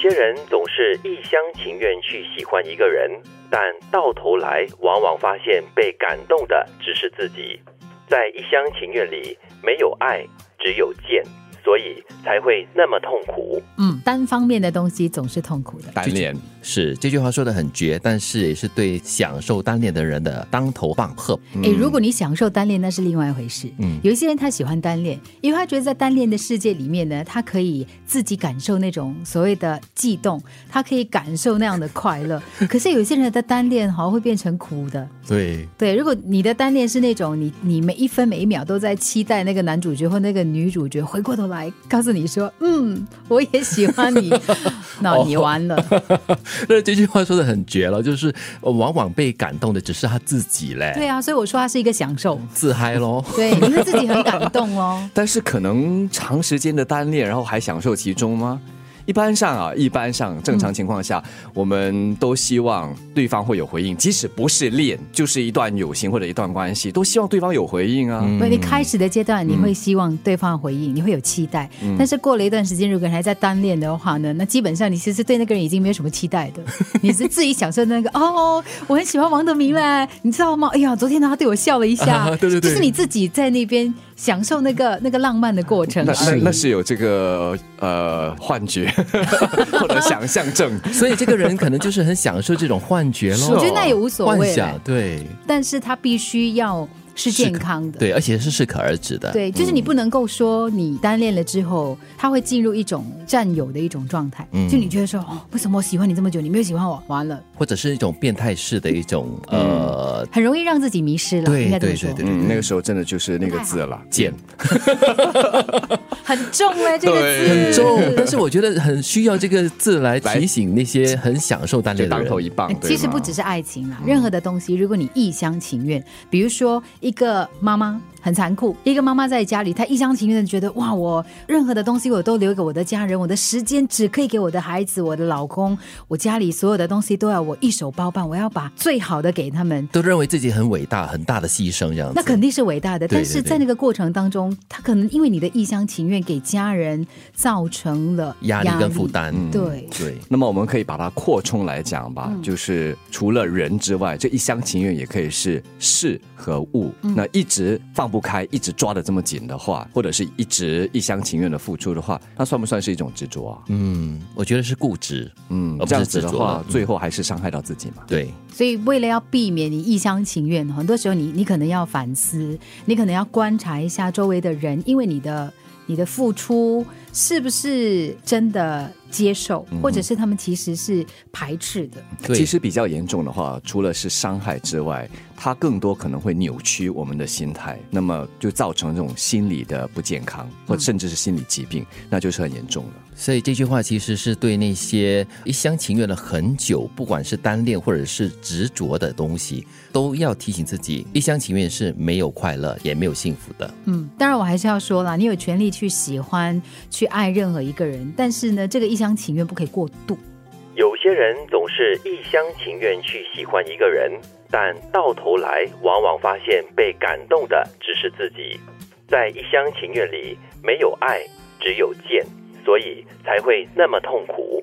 些人总是一厢情愿去喜欢一个人，但到头来往往发现被感动的只是自己。在一厢情愿里，没有爱，只有贱，所以才会那么痛苦。嗯，单方面的东西总是痛苦的。单恋是这句话说的很绝，但是也是对享受单恋的人的当头棒喝。哎，如果你享受单恋，那是另外一回事。嗯有一些人他喜欢单恋，因为他觉得在单恋的世界里面呢，他可以自己感受那种所谓的悸动，他可以感受那样的快乐。可是有些人的单恋好像会变成苦的。对，对，如果你的单恋是那种你你每一分每一秒都在期待那个男主角或那个女主角回过头来告诉你说，嗯，我也喜欢你，那你完了。 那这句话说的很绝了，就是呃往往被感动的只是他自己嘞，对啊，所以我说它是一个享受。自嗨 喽。对，因为自己很感动 哦。但是可能长时间的单恋，然后还享受其中吗？一般上啊，一般上正常情况下，我们都希望对方会有回应，即使不是恋，就是一段友情或者一段关系，都希望对方有回嗯应啊。不，你开始的阶段你会希望对方回应，你会有期待，嗯但是过了一段时间，如果你还在单恋的话呢，那基本上你其实对那个人已经没有什么期待的， 你是自己享受那个哦，我很喜欢王德明嘞，你知道吗？哎呀，昨天他对我笑了一下，啊 对对对就是你自己在那边享受那个那个浪漫的过程那而那已。那是有这个呃幻觉 或 者想象症，所以这个人可能就是很享受这种幻觉喽，是哦我觉得那也无所幻谓了想，对，但是他必须要是健康的。对，而且是适可而止的。对，就是你不能够说你单恋了之后，他会进入一种占有的一种状态，嗯就你觉得说哦，为什么我喜欢你这么久，你没有喜欢我，完了，或者是一种变态式的一种呃，很容易让自己迷失了，对应该这么说，对对对嗯，那个时候真的就是那个字 了，贱，很重哎、这个字，对很重，但是我觉得很需要这个字来提醒那些很享受单就恋的当头人。一棒。对哎其实吗不只是爱情啦，任何的东西，如果你一厢情愿，比如说一个妈妈很残酷，一个妈妈在家里，她一厢情愿的觉得哇，我任何的东西我都留给我的家人，我的时间只可以给我的孩子、我的老公，我家里所有的东西都要我一手包办，我要把最好的给他们。都认为自己很伟大，很大的牺牲这样子。那肯定是伟大的，对但是对对在那个过程当中，他可能因为你的一厢情愿，给家人造成了压力跟负。担，嗯对，对，那么我们可以把它扩充来讲吧，就是除了人之外，这一厢情愿也可以是事和物。那一直放不开，一直抓得这么紧的话，或者是一直一厢情愿的付出的话，那算不算是一种执着啊？嗯，我觉得是固执，嗯而，呃不是这样子执的着话了，。嗯最后还是伤害到自己嘛。对，所以为了要避免你一厢情愿，很多时候你你可能要反思，你可能要观察一下周围的人，因为你的你的付出是不是真的接受，嗯或者是他们其实是排斥的。对其实比较严重的话，除了是伤害之外，它更多可能会扭曲我们的心态，那么就造成这种心理的不健康，或甚至是心理疾病，那就是很严重了。所以这句话其实是对那些一厢情愿了很久，不管是单恋或者是执着的东西，都要提醒自己，一厢情愿是没有快乐，也没有幸福的。嗯，当然我还是要说啦，你有权利去喜欢、去爱任何一个人，但是呢，这个一厢情愿不可以过度。有些人总是一厢情愿去喜欢一个人，但到头来往往发现被感动的只是自己。在一厢情愿里，没有爱，只有贱，所以才会那么痛苦。